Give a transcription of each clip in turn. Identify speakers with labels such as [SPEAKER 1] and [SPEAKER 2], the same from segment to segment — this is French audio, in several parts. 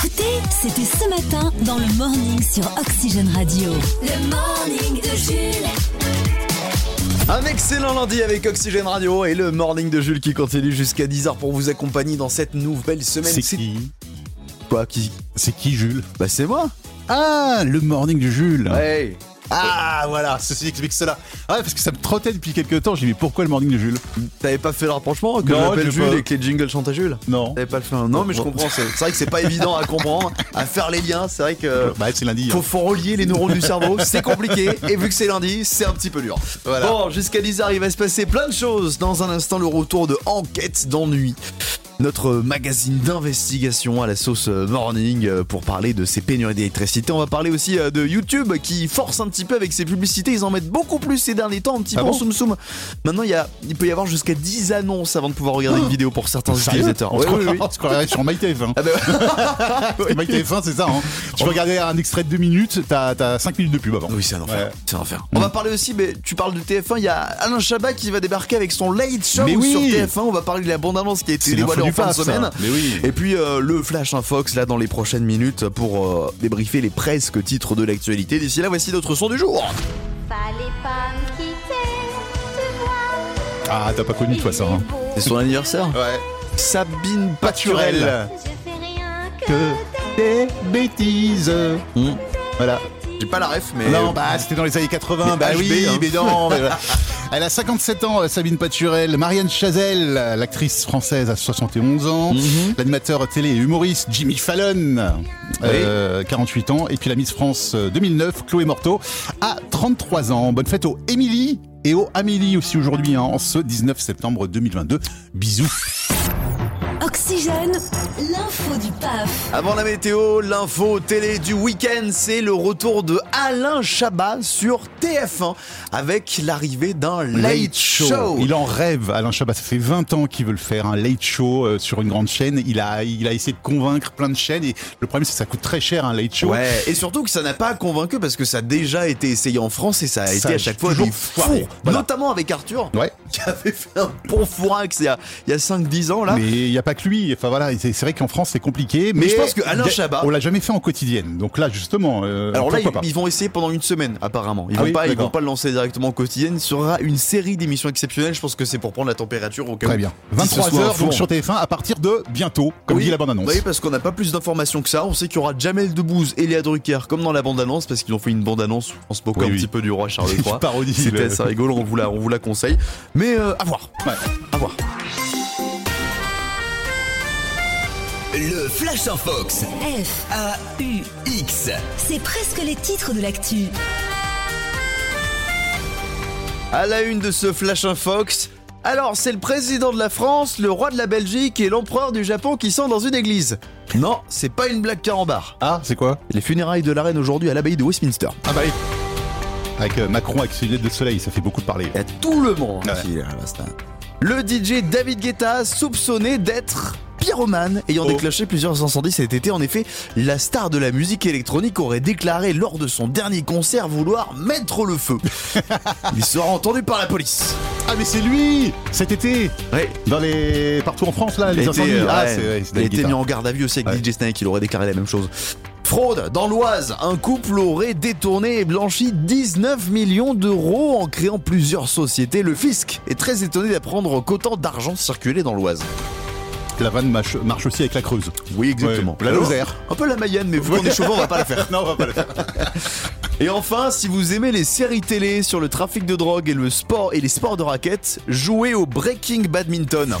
[SPEAKER 1] C'était ce matin dans le morning sur Oxygène Radio. Le morning de Jules.
[SPEAKER 2] Un excellent lundi avec Oxygène Radio et le morning de Jules qui continue jusqu'à 10h pour vous accompagner dans cette nouvelle semaine.
[SPEAKER 3] C'est qui
[SPEAKER 2] Quoi qui
[SPEAKER 3] C'est qui Jules
[SPEAKER 2] Bah c'est moi
[SPEAKER 3] Ah, le morning de Jules
[SPEAKER 2] Ouais
[SPEAKER 3] ah voilà, ceci explique cela. Ah parce que ça me trottait depuis quelques temps, j'ai dit mais pourquoi le morning de Jules
[SPEAKER 2] T'avais pas fait le rapprochement que j'appelle Jules pas... et que les jingles chantent à Jules
[SPEAKER 3] Non.
[SPEAKER 2] T'avais pas le fait. Non, non mais je comprends, c'est vrai que c'est pas évident à comprendre, à faire les liens, c'est vrai que
[SPEAKER 3] bah, c'est lundi.
[SPEAKER 2] Faut, hein. faut, relier les neurones du cerveau, c'est compliqué et vu que c'est lundi, c'est un petit peu dur. Voilà. Bon, jusqu'à 10h, il va se passer plein de choses. Dans un instant, le retour de Enquête d'ennui notre magazine d'investigation à la sauce euh, morning pour parler de ces pénuries d'électricité. On va parler aussi euh, de YouTube qui force un petit peu avec ses publicités. Ils en mettent beaucoup plus ces derniers temps, un petit peu ah bon soum soum. Maintenant, il, y a, il peut y avoir jusqu'à 10 annonces avant de pouvoir regarder oh une vidéo pour certains utilisateurs.
[SPEAKER 3] On, ouais, oui, oui. on se croirait sur MyTF. Hein. Ah bah... MyTF1, c'est ça. Hein. Tu peux regarder un extrait de 2 minutes, t'as as 5 minutes de pub avant.
[SPEAKER 2] Oui, c'est un enfer. Ouais. C'est un enfer. Mmh. On va parler aussi, mais tu parles de TF1, il y a Alain Chabat qui va débarquer avec son late show mais oui. sur TF1. On va parler de la bande-annonce qui a été dévoilée en fin de semaine. Ça,
[SPEAKER 3] mais oui.
[SPEAKER 2] Et puis euh, le Flash Infox là dans les prochaines minutes pour euh, débriefer les presque titres de l'actualité. D'ici là, voici notre son du jour.
[SPEAKER 4] Fallait pas me quitter,
[SPEAKER 3] tu vois. Ah, t'as pas connu toi ça. Hein.
[SPEAKER 2] C'est son anniversaire
[SPEAKER 3] Ouais.
[SPEAKER 2] Sabine Paturel.
[SPEAKER 3] Que des bêtises. Mmh. Voilà.
[SPEAKER 2] Hmm. J'ai pas la ref, mais.
[SPEAKER 3] Non, bah c'était dans les années 80. bah HB, oui, hein. mais non. Mais voilà. Elle a 57 ans, euh, Sabine Paturel. Marianne Chazelle, l'actrice française, a 71 ans. Mm -hmm. L'animateur télé et humoriste Jimmy Fallon, oui. euh, 48 ans. Et puis la Miss France euh, 2009, Chloé Morteau, à 33 ans. Bonne fête aux Émilie et aux Amélie aussi aujourd'hui, hein, en ce 19 septembre 2022. Bisous.
[SPEAKER 1] Oxygène, l'info du PAF.
[SPEAKER 2] Avant la météo, l'info télé du week-end, c'est le retour de Alain Chabat sur TF1 avec l'arrivée d'un late, late show. show.
[SPEAKER 3] Il en rêve, Alain Chabat. Ça fait 20 ans qu'il veut le faire, un late show euh, sur une grande chaîne. Il a, il a essayé de convaincre plein de chaînes et le problème, c'est que ça coûte très cher un late show.
[SPEAKER 2] Ouais, et surtout que ça n'a pas convaincu parce que ça a déjà été essayé en France et ça a ça été à chaque fois des fours. Voilà. Notamment avec Arthur,
[SPEAKER 3] ouais.
[SPEAKER 2] qui avait fait un bon foirax il y a, a 5-10 ans là.
[SPEAKER 3] Mais il n'y a pas que lui. Enfin voilà, c'est vrai qu'en France c'est compliqué. Mais,
[SPEAKER 2] mais, je pense que Alain Chabat,
[SPEAKER 3] on l'a jamais fait en quotidienne. Donc là justement, euh,
[SPEAKER 2] alors là
[SPEAKER 3] ils,
[SPEAKER 2] ils, vont essayer pendant une semaine apparemment. Ils ah vont oui, pas, ils vont pas le lancer directement en quotidienne. Il sera une série d'émissions exceptionnelles. Je pense que c'est pour prendre la température au cas
[SPEAKER 3] Très bien. 23 h donc sur TF1 à partir de bientôt, comme
[SPEAKER 2] oui,
[SPEAKER 3] dit la bande annonce.
[SPEAKER 2] Oui, parce qu'on n'a pas plus d'informations que ça. On sait qu'il y aura Jamel Debbouze et Léa Drucker comme dans la bande annonce parce qu'ils ont fait une bande annonce. On se moque oui, un petit peu du roi Charles III.
[SPEAKER 3] Parodie.
[SPEAKER 2] C'était ça rigolo. On vous la, on vous la conseille. Mais euh, à voir.
[SPEAKER 3] Ouais.
[SPEAKER 2] À voir.
[SPEAKER 5] Le Flash en Fox. F-A-U-X.
[SPEAKER 1] C'est presque les titres de l'actu.
[SPEAKER 2] À la une de ce Flash en Fox. Alors, c'est le président de la France, le roi de la Belgique et l'empereur du Japon qui sont dans une église. Non, c'est pas une blague carambar.
[SPEAKER 3] Ah, c'est quoi
[SPEAKER 2] Les funérailles de la reine aujourd'hui à l'abbaye de Westminster.
[SPEAKER 3] Ah bah oui. Avec euh, Macron avec ses lunettes de soleil, ça fait beaucoup de parler.
[SPEAKER 2] Il y a tout le monde ah ouais. qui, là, Le DJ David Guetta soupçonné d'être pyromane ayant oh. déclenché plusieurs incendies cet été. En effet, la star de la musique électronique aurait déclaré lors de son dernier concert vouloir mettre le feu. Il sera entendu par la police.
[SPEAKER 3] Ah mais c'est lui cet été.
[SPEAKER 2] Oui.
[SPEAKER 3] Dans les partout en France là, les été, incendies. Euh, ah,
[SPEAKER 2] ouais, il a été mis en garde à vue aussi avec ouais. DJ Snake. Il aurait déclaré la même chose. Fraude dans l'Oise, un couple aurait détourné et blanchi 19 millions d'euros en créant plusieurs sociétés. Le fisc est très étonné d'apprendre qu'autant d'argent circulait dans l'Oise
[SPEAKER 3] la vanne marche, marche, aussi avec la Creuse.
[SPEAKER 2] Oui, exactement.
[SPEAKER 3] Ouais, la Lozère.
[SPEAKER 2] Un peu la Mayenne, mais vous qu'on est chauvin, on va pas la faire.
[SPEAKER 3] non, on va pas la faire.
[SPEAKER 2] Et enfin, si vous aimez les séries télé sur le trafic de drogue et le sport et les sports de raquettes, jouez au Breaking Badminton.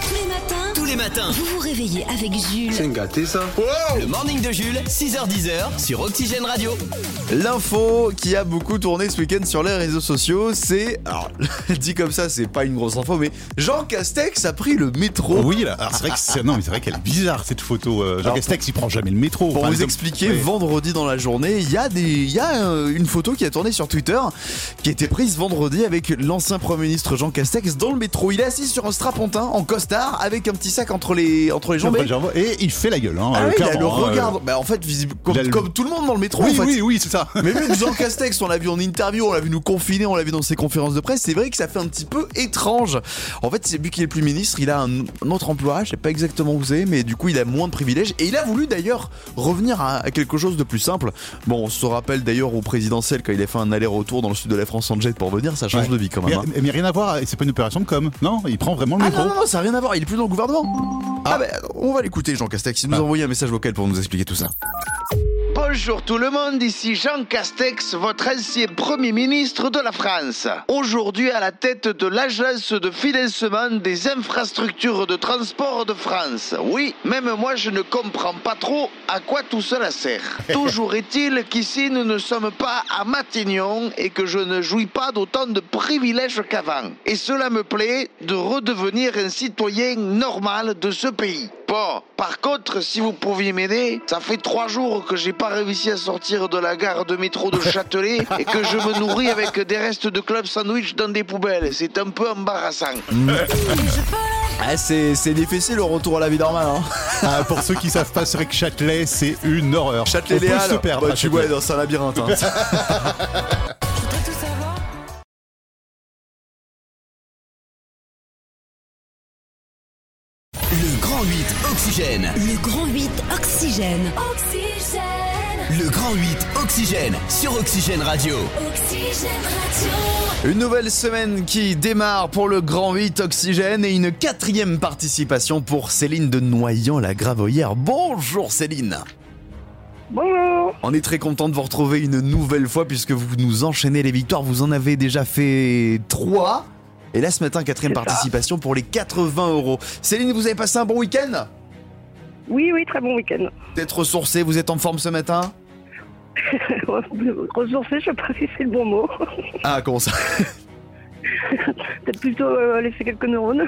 [SPEAKER 1] Tous les matins,
[SPEAKER 5] Tous les matins.
[SPEAKER 1] vous vous réveillez avec Jules.
[SPEAKER 6] C'est une gâtée ça.
[SPEAKER 5] Wow le morning de Jules, 6h10 sur Oxygène Radio.
[SPEAKER 2] L'info qui a beaucoup tourné ce week-end sur les réseaux sociaux, c'est. Alors, dit comme ça, c'est pas une grosse info, mais Jean Castex a pris le métro.
[SPEAKER 3] Oui, là, c'est vrai que c'est. Non, mais c'est vrai qu'elle est bizarre cette photo. Euh, Jean alors, Castex, il prend jamais le métro.
[SPEAKER 2] Pour enfin, vous expliquer, oui. vendredi dans la journée, il y a, des, y a euh, une photo qui a tourné sur Twitter, qui a été prise vendredi avec l'ancien Premier ministre Jean Castex dans le métro. Il est assis sur un strapontin en costard avec un petit sac sac entre les, entre les jambes.
[SPEAKER 3] Jean-Paul Jarvaux. Et il fait la gueule, hein,
[SPEAKER 2] Ah
[SPEAKER 3] euh,
[SPEAKER 2] oui, il a le
[SPEAKER 3] clairement, hein,
[SPEAKER 2] regard.
[SPEAKER 3] euh.
[SPEAKER 2] Bah, en fait, visible, comme,
[SPEAKER 3] il a le-
[SPEAKER 2] comme tout le monde dans le métro,
[SPEAKER 3] Oui,
[SPEAKER 2] en fait.
[SPEAKER 3] oui, oui, c'est ça.
[SPEAKER 2] Mais même Jean Castex, on l'a vu en interview, on l'a vu nous confiner, on l'a vu dans ses conférences de presse. C'est vrai que ça fait un petit peu étrange. En fait, c'est vu qu'il est plus ministre, il a un, un autre emploi, je sais pas exactement où c'est, mais du coup, il a moins de privilèges. Et il a voulu d'ailleurs revenir à, à quelque chose de plus simple. Bon, on se rappelle d'ailleurs au présidentiel quand il a fait un aller-retour dans le sud de la France en jet pour venir, ça change
[SPEAKER 3] Ouais.
[SPEAKER 2] de vie quand même. hein.
[SPEAKER 3] Mais, mais rien à voir, c'est pas une opération de com. Non, il prend vraiment le
[SPEAKER 2] Ah
[SPEAKER 3] micro.
[SPEAKER 2] non, non, non, ça n'a rien à voir, il est plus dans le gouvernement. Ah, bah, on va l'écouter, Jean Castex. Il nous a
[SPEAKER 3] Ah.
[SPEAKER 2] envoyé un message vocal pour nous expliquer tout ça.
[SPEAKER 6] Bonjour tout le monde, ici Jean Castex, votre ancien Premier ministre de la France. Aujourd'hui à la tête de l'Agence de financement des infrastructures de transport de France. Oui, même moi je ne comprends pas trop à quoi tout cela sert. Toujours est-il qu'ici nous ne sommes pas à Matignon et que je ne jouis pas d'autant de privilèges qu'avant. Et cela me plaît de redevenir un citoyen normal de ce pays. Bon, par contre, si vous pouviez m'aider, ça fait trois jours que j'ai pas réussi à sortir de la gare de métro de Châtelet et que je me nourris avec des restes de club sandwich dans des poubelles. C'est un peu embarrassant.
[SPEAKER 2] Ah, c'est c'est difficile le retour à la vie normale. Hein.
[SPEAKER 3] Ah, pour ceux qui savent pas, c'est vrai que Châtelet, c'est une horreur. On peut
[SPEAKER 2] Châtelet-Léal,
[SPEAKER 3] se perdre
[SPEAKER 2] bah,
[SPEAKER 3] à
[SPEAKER 2] tu
[SPEAKER 3] Châtelet.
[SPEAKER 2] vois, dans un labyrinthe. hein.
[SPEAKER 5] Le Grand 8 Oxygène.
[SPEAKER 1] Le grand 8 oxygène. Oxygène.
[SPEAKER 5] Le Grand 8 Oxygène sur Oxygène Radio.
[SPEAKER 1] Oxygène Radio.
[SPEAKER 2] Une nouvelle semaine qui démarre pour le Grand 8 Oxygène et une quatrième participation pour Céline de Noyant, la Gravoyère. Bonjour Céline
[SPEAKER 7] Bonjour.
[SPEAKER 2] On est très content de vous retrouver une nouvelle fois puisque vous nous enchaînez les victoires. Vous en avez déjà fait trois. Et là ce matin, quatrième
[SPEAKER 7] C'est ça.
[SPEAKER 2] participation pour les 80 euros. Céline, vous avez passé un bon week-end
[SPEAKER 7] Oui, oui, très bon week-end.
[SPEAKER 2] Vous êtes ressourcée, vous êtes en forme ce matin
[SPEAKER 7] Ressourcer, je ne sais pas si c'est le bon mot.
[SPEAKER 2] Ah, comment ça
[SPEAKER 7] Peut-être plutôt euh, laisser quelques neurones.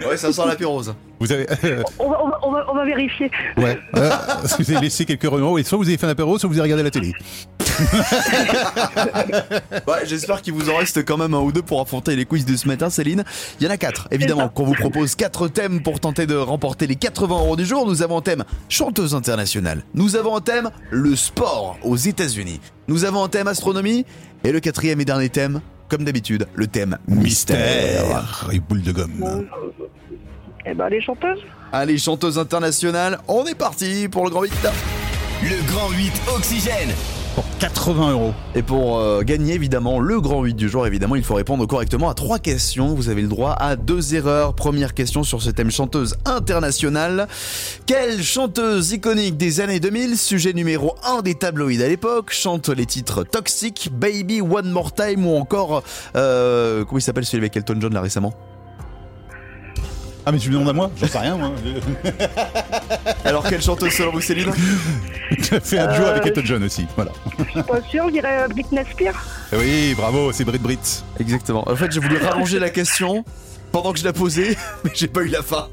[SPEAKER 2] Ouais, ça sent la pyrose.
[SPEAKER 3] Vous avez.
[SPEAKER 7] On va, on va, on va, on va vérifier.
[SPEAKER 3] ouais. Euh, parce que vous avez laissé quelques remords. Et soit vous avez fait un apéro, soit vous avez regardé la télé.
[SPEAKER 2] Ouais, j'espère qu'il vous en reste quand même un ou deux pour affronter les quiz de ce matin, Céline. Il y en a quatre, évidemment, qu'on vous propose quatre thèmes pour tenter de remporter les 80 euros du jour. Nous avons un thème chanteuse internationale. Nous avons un thème le sport aux États-Unis. Nous avons un thème astronomie. Et le quatrième et dernier thème, comme d'habitude, le thème mystère.
[SPEAKER 3] Et boule de gomme.
[SPEAKER 7] Euh, Eh ben, les chanteuses.
[SPEAKER 2] Allez, chanteuse internationale, on est parti pour le grand 8.
[SPEAKER 5] Le Grand 8 Oxygène.
[SPEAKER 3] Pour 80 euros.
[SPEAKER 2] Et pour euh, gagner évidemment le grand 8 du jour, évidemment, il faut répondre correctement à trois questions. Vous avez le droit à deux erreurs. Première question sur ce thème chanteuse internationale. Quelle chanteuse iconique des années 2000, sujet numéro 1 des tabloïds à l'époque, chante les titres Toxic, Baby, One More Time ou encore euh, comment il s'appelle celui avec Elton John là récemment
[SPEAKER 3] Ah, mais tu me demandes à moi J'en sais rien, moi.
[SPEAKER 2] Alors quelle chanteuse selon vous Céline
[SPEAKER 3] J'ai fait un duo
[SPEAKER 7] Euh,
[SPEAKER 3] avec Elton John aussi. Voilà.
[SPEAKER 7] Je suis pas sûre, on dirait euh, Britney Spears.
[SPEAKER 3] Eh Oui, bravo, c'est Brit Brit.
[SPEAKER 2] Exactement. En fait, j'ai voulu rallonger la question pendant que je la posais, mais j'ai pas eu la fin.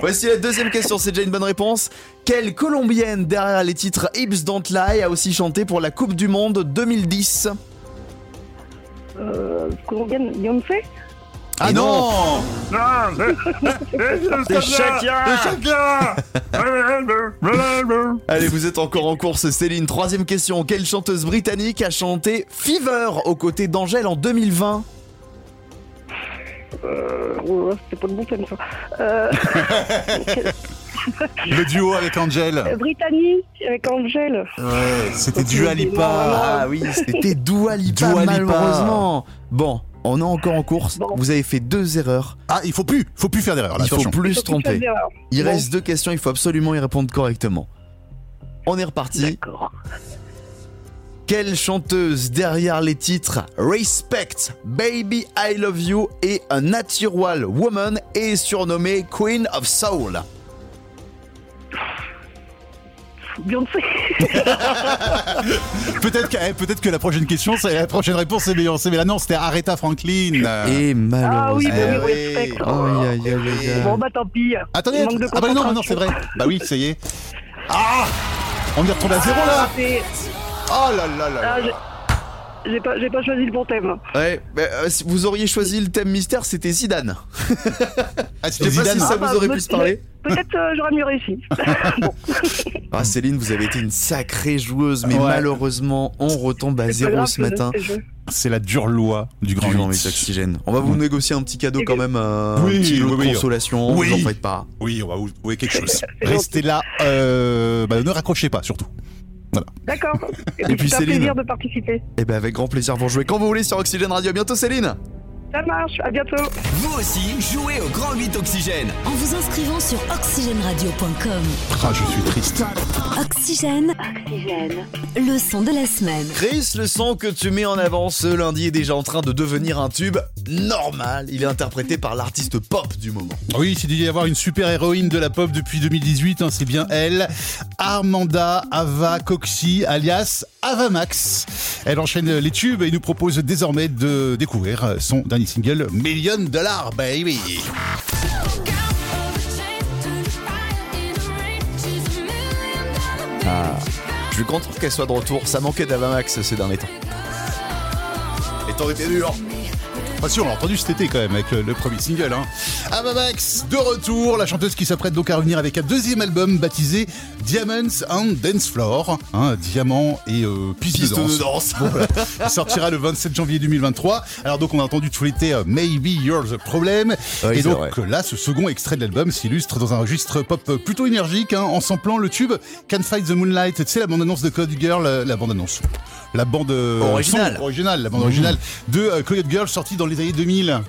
[SPEAKER 2] Voici la deuxième question, c'est déjà une bonne réponse. Quelle Colombienne derrière les titres Hips Don't Lie a aussi chanté pour la Coupe du Monde 2010
[SPEAKER 7] Euh, Colombienne, Beyoncé.
[SPEAKER 2] Ah non, Allez, vous êtes encore en course, Céline. Troisième question, quelle chanteuse britannique a chanté Fever aux côtés d'Angèle en 2020
[SPEAKER 7] Euh, ouais, c'est pas le bon thème, ça. Euh,
[SPEAKER 3] Le duo avec Angel.
[SPEAKER 7] Britannique, euh, avec Angèle.
[SPEAKER 3] C'était Ah, Dua Lipa.
[SPEAKER 2] Ah oui, c'était Dua Lipa,
[SPEAKER 3] Dua Lipa.
[SPEAKER 2] malheureusement. Bon, on est encore en course.
[SPEAKER 7] Bon.
[SPEAKER 2] Vous avez fait deux erreurs.
[SPEAKER 3] Ah, il faut plus, faut plus faire d'erreur. là,
[SPEAKER 2] Il faut
[SPEAKER 3] attention.
[SPEAKER 2] plus se
[SPEAKER 7] Faut que tu fasses
[SPEAKER 2] tromper.
[SPEAKER 7] des erreurs.
[SPEAKER 2] Il
[SPEAKER 7] Bon.
[SPEAKER 2] reste deux questions, il faut absolument y répondre correctement. On est reparti.
[SPEAKER 7] D'accord.
[SPEAKER 2] Quelle chanteuse derrière les titres Respect, Baby I Love You et A Natural Woman est surnommée Queen of Soul
[SPEAKER 3] Oh
[SPEAKER 7] Beyoncé.
[SPEAKER 3] Peut-être que, eh, peut-être que la prochaine question, c'est la prochaine réponse, c'est Beyoncé. Mais là, non, c'était Aretha Franklin.
[SPEAKER 2] Et
[SPEAKER 7] Ah oui,
[SPEAKER 2] malheureusement. Ah
[SPEAKER 7] bah oui,
[SPEAKER 3] oui.
[SPEAKER 7] respect.
[SPEAKER 2] Aïe, aïe, aïe, aïe, aïe.
[SPEAKER 7] Bon, bah tant pis.
[SPEAKER 3] Attendez,
[SPEAKER 7] Il manque de
[SPEAKER 3] ah bah non, non, c'est vrai. Bah oui, ça y est. Ah On y retourne à zéro là
[SPEAKER 7] C'est-
[SPEAKER 3] Oh là là là là
[SPEAKER 7] Ah, je- J'ai pas, j'ai pas choisi le bon thème. hein.
[SPEAKER 2] Ouais, bah, euh, si vous auriez choisi le thème mystère, c'était Zidane.
[SPEAKER 3] Ah,
[SPEAKER 2] Je sais
[SPEAKER 3] c'était
[SPEAKER 2] pas si
[SPEAKER 3] Zidane.
[SPEAKER 2] ça
[SPEAKER 7] Ah, bah,
[SPEAKER 2] vous aurait
[SPEAKER 7] me-
[SPEAKER 2] pu se parler.
[SPEAKER 7] Peut-être euh, j'aurais mieux réussi. Bon,
[SPEAKER 2] Ah, Céline, vous avez été une sacrée joueuse, mais
[SPEAKER 3] Ouais.
[SPEAKER 2] malheureusement, on retombe à
[SPEAKER 7] c'est pas
[SPEAKER 2] zéro
[SPEAKER 7] grave,
[SPEAKER 2] ce
[SPEAKER 7] je-
[SPEAKER 2] matin.
[SPEAKER 7] je-
[SPEAKER 3] C'est la dure loi du grand
[SPEAKER 2] Du grand
[SPEAKER 3] huit.
[SPEAKER 2] Mix Oxygène. On va vous négocier un petit cadeau quand même, euh,
[SPEAKER 3] Oui,
[SPEAKER 2] un petit lot
[SPEAKER 3] oui,
[SPEAKER 2] de
[SPEAKER 3] oui.
[SPEAKER 2] consolation.
[SPEAKER 3] Oui.
[SPEAKER 2] Vous en faites pas.
[SPEAKER 3] Oui, on va vous trouver quelque chose.
[SPEAKER 7] C'est
[SPEAKER 3] Restez là, euh, bah, ne raccrochez pas surtout.
[SPEAKER 7] D'accord.
[SPEAKER 2] Et puis
[SPEAKER 7] c'est un
[SPEAKER 2] Céline.
[SPEAKER 7] plaisir de participer.
[SPEAKER 2] Et ben avec grand plaisir pour jouer quand vous voulez sur Oxygène Radio. À bientôt, Céline.
[SPEAKER 7] Ça marche, à bientôt.
[SPEAKER 5] Vous aussi, jouez au Grand 8 Oxygène.
[SPEAKER 1] en vous inscrivant sur oxygèneradio.com.
[SPEAKER 3] Ah, je suis triste.
[SPEAKER 1] Oxygène, le son de la semaine.
[SPEAKER 2] Chris, le son que tu mets en avant ce lundi est déjà en train de devenir un tube normal. Il est interprété par l'artiste pop du moment.
[SPEAKER 3] Ah Oui, s'il devait y avoir une super héroïne de la pop depuis 2018, hein, c'est bien elle, Armanda Ava Coxy, alias Ava Max. Elle enchaîne les tubes et nous propose désormais de découvrir son dernier single, Million Dollar Baby.
[SPEAKER 2] Je suis content qu'elle soit de retour. Ça manquait d'Avamax ces derniers temps. Les temps étaient durs.
[SPEAKER 3] Pas sûr, on l'a entendu cet été quand même avec le, le premier single. Hein. Ava Max, de retour, la chanteuse qui s'apprête donc à revenir avec un deuxième album baptisé Diamonds and Dance Floor, hein, diamant et euh, piste,
[SPEAKER 2] Piste
[SPEAKER 3] de danse.
[SPEAKER 2] de danse.
[SPEAKER 3] Il sortira le 27 janvier 2023. Alors donc on a entendu tout l'été euh, Maybe You're the Problem.
[SPEAKER 2] Oui,
[SPEAKER 3] et
[SPEAKER 2] c'est
[SPEAKER 3] donc
[SPEAKER 2] vrai.
[SPEAKER 3] euh, là, ce second extrait de l'album s'illustre dans un registre pop euh, plutôt énergique, hein, en samplant le tube Can't Fight the Moonlight. Tu sais la bande-annonce de Code Girl, euh, la bande-annonce. La bande euh,
[SPEAKER 2] Originale.
[SPEAKER 3] son originale, la bande originale de euh, Code Girl sortie dans les années 2000.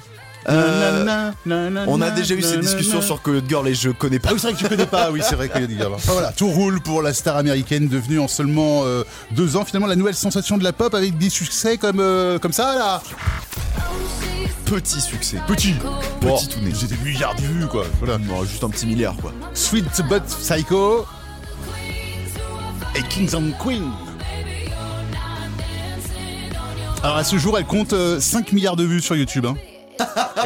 [SPEAKER 2] Euh,
[SPEAKER 3] Nanana, nanana,
[SPEAKER 2] on a déjà eu ces
[SPEAKER 3] nanana.
[SPEAKER 2] discussions sur Code Girl et je connais pas.
[SPEAKER 3] Ah oui, c'est vrai que tu connais pas. Oui, c'est vrai que Enfin, voilà, tout roule pour la star américaine devenue en seulement euh, deux ans finalement la nouvelle sensation de la pop avec des succès comme euh, comme ça là.
[SPEAKER 2] Petit succès.
[SPEAKER 3] Petit,
[SPEAKER 2] Bon,
[SPEAKER 3] petit tout né. J'étais milliard de vues quoi. Voilà.
[SPEAKER 2] Bon, juste un petit milliard quoi.
[SPEAKER 3] Sweet but psycho. Et Kings and Queen. Alors à ce jour, elle compte euh, 5 milliards de vues sur YouTube. hein.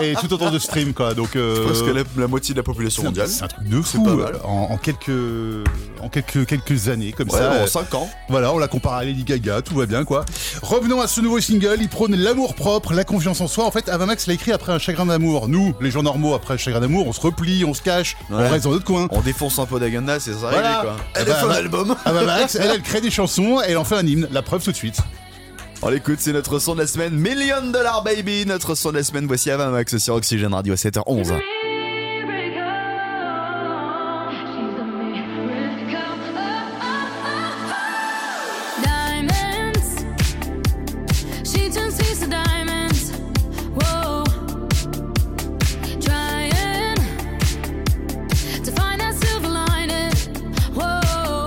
[SPEAKER 3] Et tout autant de streams quoi. Donc euh,
[SPEAKER 2] Parce que la, la moitié de la population
[SPEAKER 3] c'est un-
[SPEAKER 2] mondiale.
[SPEAKER 3] C'est un truc de
[SPEAKER 2] C'est
[SPEAKER 3] fou
[SPEAKER 2] pas mal.
[SPEAKER 3] euh, En, en quelques en quelques quelques années comme
[SPEAKER 2] Ouais,
[SPEAKER 3] ça.
[SPEAKER 2] en
[SPEAKER 3] euh,
[SPEAKER 2] 5 ans.
[SPEAKER 3] Voilà, on la compare à Lady Gaga, tout va bien quoi. Revenons à ce nouveau single, il prône l'amour propre, la confiance en soi. En fait, Avamax l'a écrit après un chagrin d'amour. Nous, les gens normaux, après un chagrin d'amour, on se replie, on se cache,
[SPEAKER 2] Ouais.
[SPEAKER 3] on reste dans notre coin.
[SPEAKER 2] On défonce un peu d'agenda, c'est ça
[SPEAKER 3] Voilà.
[SPEAKER 2] réglé, quoi.
[SPEAKER 3] Eh
[SPEAKER 2] Elle
[SPEAKER 3] ben,
[SPEAKER 2] a son
[SPEAKER 3] bah-
[SPEAKER 2] album.
[SPEAKER 3] Avamax, elle, elle crée des chansons et elle en fait un hymne. La preuve tout de suite.
[SPEAKER 2] On l'écoute, c'est notre son de la semaine. Million Dollar Baby, notre son de la semaine. Voici Ava Max sur Oxygène Radio à 7h11.
[SPEAKER 8] Diamonds. She turns these to diamonds. Whoa. Trying to find that silver lining. Whoa.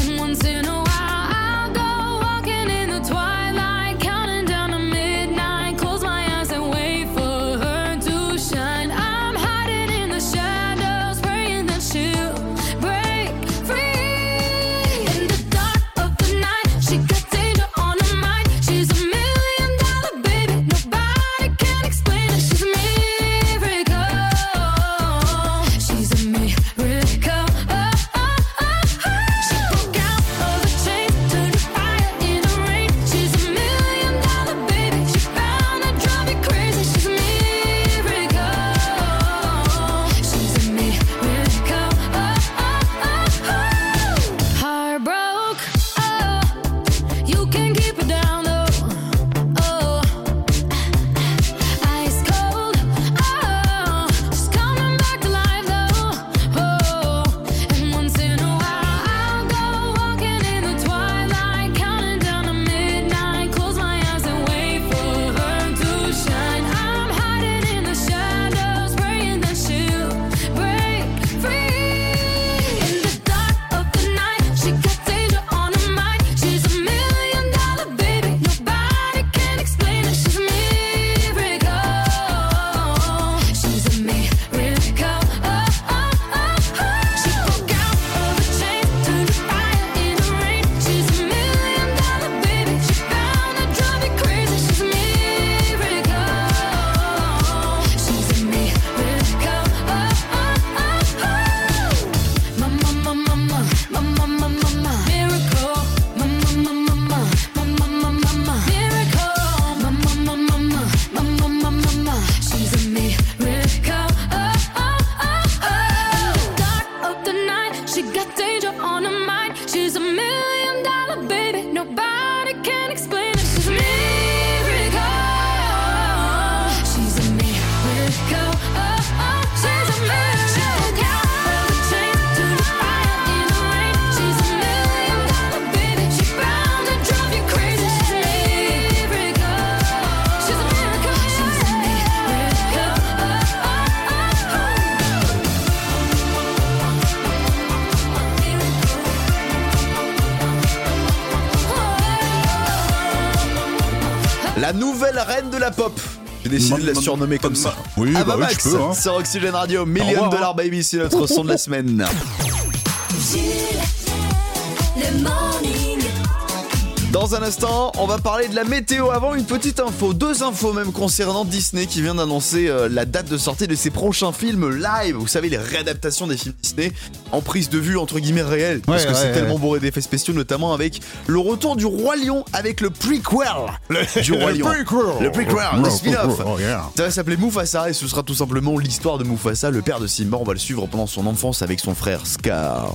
[SPEAKER 8] And once in a while, I'll go walking in the twilight, counting down to midnight. Close my eyes and wait for her to shine. I'm high.
[SPEAKER 2] La nouvelle reine de la pop. J'ai décidé
[SPEAKER 3] Ma-
[SPEAKER 2] de la
[SPEAKER 3] ma-
[SPEAKER 2] surnommer comme ça.
[SPEAKER 3] Oui,
[SPEAKER 2] Ava
[SPEAKER 3] bah oui,
[SPEAKER 2] Max
[SPEAKER 3] je peux, hein.
[SPEAKER 2] sur Oxygène Radio.
[SPEAKER 3] Au
[SPEAKER 2] Million
[SPEAKER 3] revoir, hein.
[SPEAKER 2] Dollar Baby, c'est notre son de la semaine.
[SPEAKER 1] Le morning.
[SPEAKER 2] Dans un instant, on va parler de la météo. Avant, une petite info, deux infos même concernant Disney qui vient d'annoncer euh, la date de sortie de ses prochains films live. Vous savez, les réadaptations des films Disney en prise de vue entre guillemets réelle. parce
[SPEAKER 3] Ouais,
[SPEAKER 2] que
[SPEAKER 3] ouais,
[SPEAKER 2] c'est
[SPEAKER 3] ouais.
[SPEAKER 2] tellement bourré d'effets spéciaux, notamment avec le retour du Roi Lion avec le prequel du Roi Lion. Le prequel, le spin-off.
[SPEAKER 3] Oh, yeah.
[SPEAKER 2] Ça va s'appeler Mufasa et ce sera tout simplement l'histoire de Mufasa, le père de Simba. On va le suivre pendant son enfance avec son frère Scar.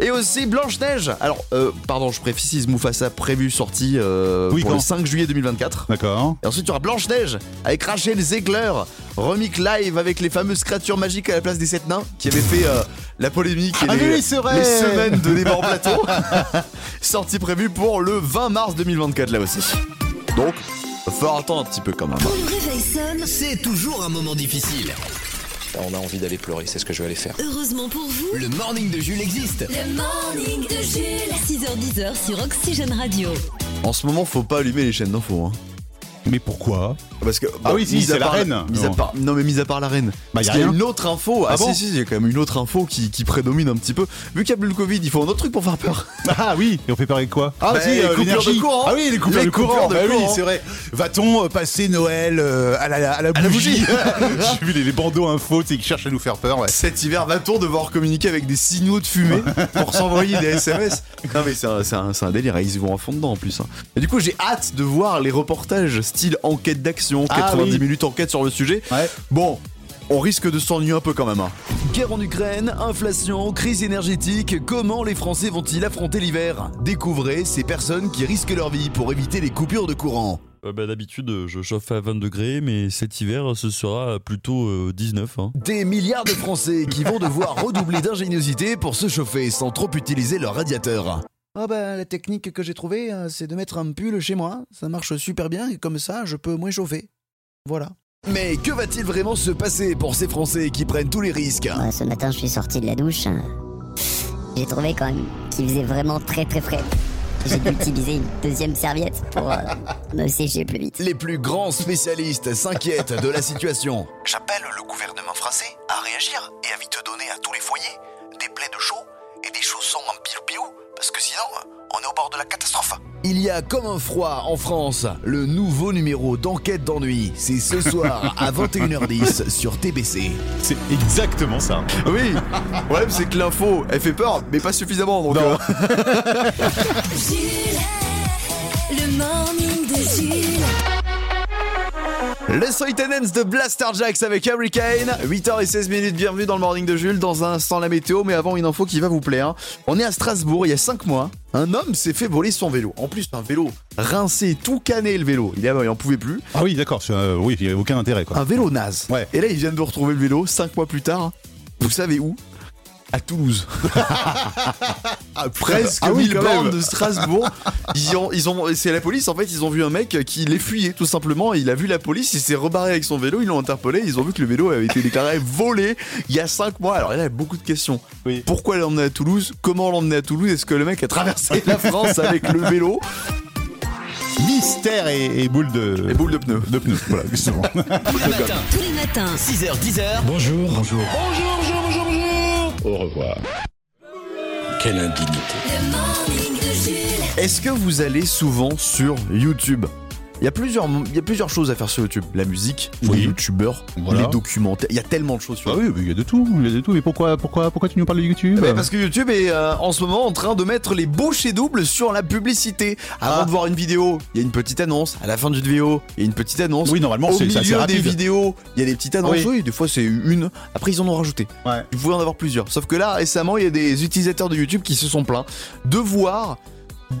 [SPEAKER 2] Et aussi Blanche-Neige. Alors, euh, pardon, je précise Mufasa prévu sorti euh,
[SPEAKER 3] Oui,
[SPEAKER 2] pour
[SPEAKER 3] quand
[SPEAKER 2] le 5 juillet 2024.
[SPEAKER 3] D'accord.
[SPEAKER 2] Et ensuite, tu auras Blanche-Neige avec Rachel Zegler, remix live avec les fameuses créatures magiques à la place des sept nains qui avaient fait euh, la polémique et
[SPEAKER 3] Ah
[SPEAKER 2] les,
[SPEAKER 3] oui, c'est vrai.
[SPEAKER 2] les semaines de débat en plateau. Sortie prévue pour le 20 mars 2024 là aussi. Donc, faut attendre un petit peu quand même. hein.
[SPEAKER 1] Quand le réveil sonne,
[SPEAKER 5] C'est toujours un moment difficile.
[SPEAKER 9] On a envie d'aller pleurer, c'est ce que je vais aller faire.
[SPEAKER 1] heureusement pour vous,
[SPEAKER 5] Le morning de Jules existe.
[SPEAKER 1] le morning de Jules. 6h10 sur Oxygène Radio.
[SPEAKER 2] En ce moment, faut pas allumer les chaînes d'infos. Hein.
[SPEAKER 3] Mais pourquoi
[SPEAKER 2] Parce que
[SPEAKER 3] Ah oui, si,
[SPEAKER 2] mis à
[SPEAKER 3] c'est la
[SPEAKER 2] part
[SPEAKER 3] reine.
[SPEAKER 2] mis à
[SPEAKER 3] Non. Bah,
[SPEAKER 2] part- non mais mis à part la reine. Parce
[SPEAKER 3] y a
[SPEAKER 2] qu'il y a
[SPEAKER 3] rien.
[SPEAKER 2] une autre info. Ah,
[SPEAKER 3] Ah bon
[SPEAKER 2] si si, il y a quand même une autre info qui, qui prédomine un petit peu. Vu qu'il y a plus le Covid, il faut un autre truc pour faire peur.
[SPEAKER 3] Ah oui, et on fait parler de quoi Ah
[SPEAKER 2] Bah, les coupures de
[SPEAKER 3] l'énergie.
[SPEAKER 2] courant.
[SPEAKER 3] Ah oui, les coupures
[SPEAKER 2] Les
[SPEAKER 3] de
[SPEAKER 2] coupures
[SPEAKER 3] courant.
[SPEAKER 2] de
[SPEAKER 3] bah oui,
[SPEAKER 2] courant.
[SPEAKER 3] c'est vrai. Va-t-on euh, passer Noël euh, à, la, à la
[SPEAKER 2] la
[SPEAKER 3] bougie,
[SPEAKER 2] bougie.
[SPEAKER 3] J'ai vu les, les bandeaux info tu sais, qui cherchent à nous faire peur. Ouais.
[SPEAKER 2] Cet hiver, va-t-on devoir communiquer avec des signaux de fumée pour s'envoyer des SMS Non mais c'est un, c'est un- c'est un délire. hein. Ils y vont à fond dedans en plus. hein. Et du coup, j'ai hâte de voir les reportages style enquête d'action,
[SPEAKER 3] Ah
[SPEAKER 2] 90
[SPEAKER 3] oui.
[SPEAKER 2] minutes enquête sur le sujet.
[SPEAKER 3] Ouais.
[SPEAKER 2] Bon, on risque de s'ennuyer un peu quand même. hein. Guerre en Ukraine, inflation, crise énergétique, comment les Français vont-ils affronter l'hiver Découvrez ces personnes qui risquent leur vie pour éviter les coupures de courant.
[SPEAKER 10] Euh, bah, D'habitude, euh, je chauffe à 20 degrés, mais cet hiver, ce sera plutôt euh, 19. hein.
[SPEAKER 2] Des milliards de Français qui vont devoir redoubler d'ingéniosité pour se chauffer sans trop utiliser leur radiateur. Ah bah la technique que j'ai trouvée, euh, c'est de mettre un pull chez moi, ça marche super bien et comme ça je peux moins chauffer. Voilà. Mais que va-t-il vraiment se passer pour ces Français qui prennent tous les risques
[SPEAKER 11] Moi, euh, ce matin, je suis sorti de la douche. J'ai trouvé quand même qu'il faisait vraiment très très frais. J'ai dû utiliser une deuxième serviette pour euh, me sécher plus vite.
[SPEAKER 2] Les plus grands spécialistes s'inquiètent de la situation.
[SPEAKER 6] J'appelle le gouvernement français à réagir et à vite donner à tous les foyers des plaies de chaud et des chaussons en pilou-pilou, parce que sinon, on est au bord de la catastrophe.
[SPEAKER 2] Il y a comme un froid en France. Le nouveau numéro d'enquête d'ennui, c'est ce soir à 21h10 sur TBC.
[SPEAKER 3] C'est exactement ça.
[SPEAKER 2] Oui, le problème c'est que l'info, elle fait peur, mais pas suffisamment. Donc euh,
[SPEAKER 1] Jules, le morning de Jules.
[SPEAKER 2] Les Soy Tenants de Blaster Jacks avec Hurricane. 8h16 minutes, bienvenue dans le morning de Jules. Dans un instant, la météo, mais avant, une info qui va vous plaire. On est à Strasbourg, il y a 5 mois. Un homme s'est fait voler son vélo. En plus, un vélo rincé, tout cané le vélo. Il en pouvait plus.
[SPEAKER 3] Ah oui, d'accord. c'est, euh, oui, il n'y a aucun intérêt. Quoi.
[SPEAKER 2] Un vélo naze.
[SPEAKER 3] Ouais.
[SPEAKER 2] Et là, ils viennent de retrouver le vélo 5 mois plus tard. Vous savez où À Toulouse. Presque
[SPEAKER 3] Ah oui,
[SPEAKER 2] 1000
[SPEAKER 3] quand
[SPEAKER 2] bornes
[SPEAKER 3] même.
[SPEAKER 2] de Strasbourg. Ils ont, ils ont, c'est la police en fait. Ils ont vu un mec qui les fuyait tout simplement. Il a vu la police. Il s'est rebarré avec son vélo. Ils l'ont interpellé. Ils ont vu que le vélo avait été déclaré volé il y a 5 mois. Alors là, il y a beaucoup de questions.
[SPEAKER 3] Oui.
[SPEAKER 2] Pourquoi l'emmener à Toulouse Comment l'emmener à Toulouse Est-ce que le mec a traversé la France avec le vélo
[SPEAKER 3] Mystère et, et boule de.
[SPEAKER 2] et boule de pneus
[SPEAKER 3] de pneus. Voilà, justement.
[SPEAKER 5] Le matin,
[SPEAKER 1] Tous les matins,
[SPEAKER 5] 6h, 10h.
[SPEAKER 9] Quelle indignité.
[SPEAKER 1] le morning de Jules.
[SPEAKER 2] Est-ce que vous allez souvent sur YouTube il y, a plusieurs, il y a plusieurs choses à faire sur YouTube. La musique,
[SPEAKER 3] Oui.
[SPEAKER 2] les youtubeurs,
[SPEAKER 3] Voilà.
[SPEAKER 2] les documentaires. Il y a tellement de choses sur
[SPEAKER 3] Ah oui, mais il y a de tout. Il y a de tout. Mais pourquoi, pourquoi, pourquoi tu nous parles de YouTube
[SPEAKER 2] Eh ben, parce que YouTube est euh, en ce moment en train de mettre les bouchées doubles sur la publicité. Avant
[SPEAKER 3] Ah.
[SPEAKER 2] de voir une vidéo, il y a une petite annonce. À la fin d'une vidéo, il y a une petite annonce.
[SPEAKER 3] Oui, normalement,
[SPEAKER 2] Au
[SPEAKER 3] c'est c'est assez
[SPEAKER 2] milieu des
[SPEAKER 3] rapide.
[SPEAKER 2] vidéos, il y a des petites annonces.
[SPEAKER 3] Oui.
[SPEAKER 2] Oui, des fois c'est une. Après, ils en ont rajouté.
[SPEAKER 3] Ouais.
[SPEAKER 2] Vous pouvez en avoir plusieurs. Sauf que là, récemment, il y a des utilisateurs de YouTube qui se sont plaints de voir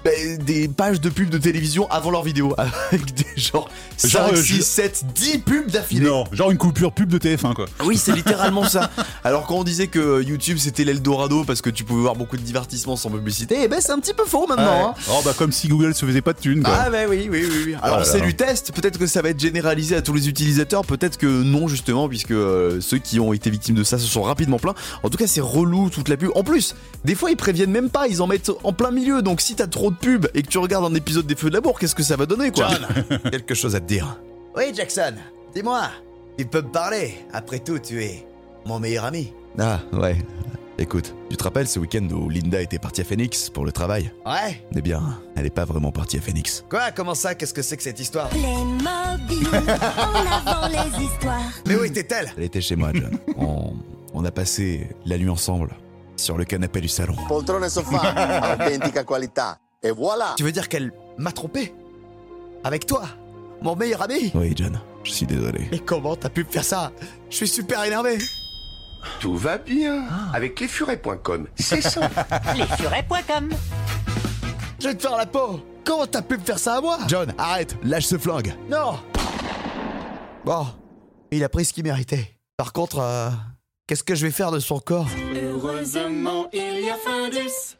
[SPEAKER 2] ben, des pages de pubs de télévision avant leur vidéo. Avec des genre 5,
[SPEAKER 3] Genre, euh,
[SPEAKER 2] 6,
[SPEAKER 3] je-
[SPEAKER 2] 7, 10 pubs d'affilée.
[SPEAKER 3] Non, genre une coupure pub de TF1 quoi.
[SPEAKER 2] Oui, c'est littéralement ça. Alors quand on disait que YouTube c'était l'Eldorado parce que tu pouvais voir beaucoup de divertissements sans publicité, eh ben c'est un petit peu
[SPEAKER 12] Ah
[SPEAKER 2] faux maintenant. hein.
[SPEAKER 3] Ouais. Oh bah comme si Google se faisait pas de thunes quoi.
[SPEAKER 2] Ah ben oui, oui, oui. oui. Alors
[SPEAKER 3] Oh là
[SPEAKER 2] c'est
[SPEAKER 3] là.
[SPEAKER 2] du test, peut-être que ça va être généralisé à tous les utilisateurs, peut-être que non justement, puisque euh, ceux qui ont été victimes de ça se sont rapidement plaints. En tout cas c'est relou toute la pub. En plus, des fois ils préviennent même pas, ils en mettent en plein milieu, donc si t'as
[SPEAKER 12] trop de pubs et que tu regardes un épisode des Feux de l'amour, qu'est-ce que ça va donner quoi Quelque chose à te dire.
[SPEAKER 5] Oui, Jackson, dis-moi, tu peux me parler. Après tout, tu es mon meilleur ami.
[SPEAKER 2] Ah, ouais. Écoute, tu te rappelles ce week-end où Linda était partie à Phoenix pour le travail
[SPEAKER 5] Ouais
[SPEAKER 2] Eh bien, elle est pas vraiment partie à Phoenix.
[SPEAKER 5] Quoi Comment ça Qu'est-ce que c'est que cette histoire
[SPEAKER 1] Playmobil, en avant les histoires.
[SPEAKER 5] Mais où était-elle
[SPEAKER 2] Elle était chez moi, John. on, on a passé la nuit ensemble sur le canapé du salon.
[SPEAKER 13] Poltrone sofa, autentica qualità. Et voilà.
[SPEAKER 5] Tu veux dire qu'elle m'a trompé Avec toi Mon meilleur ami
[SPEAKER 2] Oui, John, je suis désolé.
[SPEAKER 5] Mais comment t'as pu me faire ça Je suis super énervé Ah.
[SPEAKER 14] Tout va bien avec lesfurets.com. C'est ça.
[SPEAKER 5] Lesfurets.com Je vais te faire la peau Comment t'as pu me faire ça à moi
[SPEAKER 2] John, arrête, lâche ce flingue.
[SPEAKER 5] Non Bon, il a pris ce qu'il méritait. Par contre, euh, qu'est-ce que je vais faire de son corps
[SPEAKER 15] Heureusement, il y a Findus.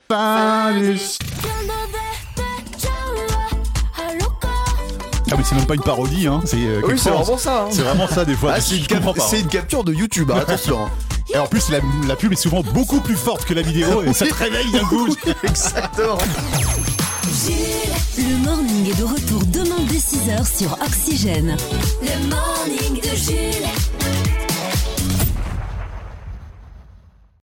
[SPEAKER 3] Ah mais c'est même pas une parodie, hein. C'est euh,
[SPEAKER 12] Oui, c'est
[SPEAKER 3] quelquefois,
[SPEAKER 12] vraiment ça. hein.
[SPEAKER 3] C'est vraiment ça des fois.
[SPEAKER 12] Ah, c'est une,
[SPEAKER 3] Je
[SPEAKER 12] cap-
[SPEAKER 3] comprends pas,
[SPEAKER 12] c'est
[SPEAKER 3] hein.
[SPEAKER 12] une capture de YouTube, hein, attention.
[SPEAKER 3] Et en plus, la, la pub est souvent beaucoup plus forte que la vidéo et ça te réveille d'un coup.
[SPEAKER 12] Exactement.
[SPEAKER 1] Le morning est de retour demain dès 6h sur Oxygène. Le morning de Jules.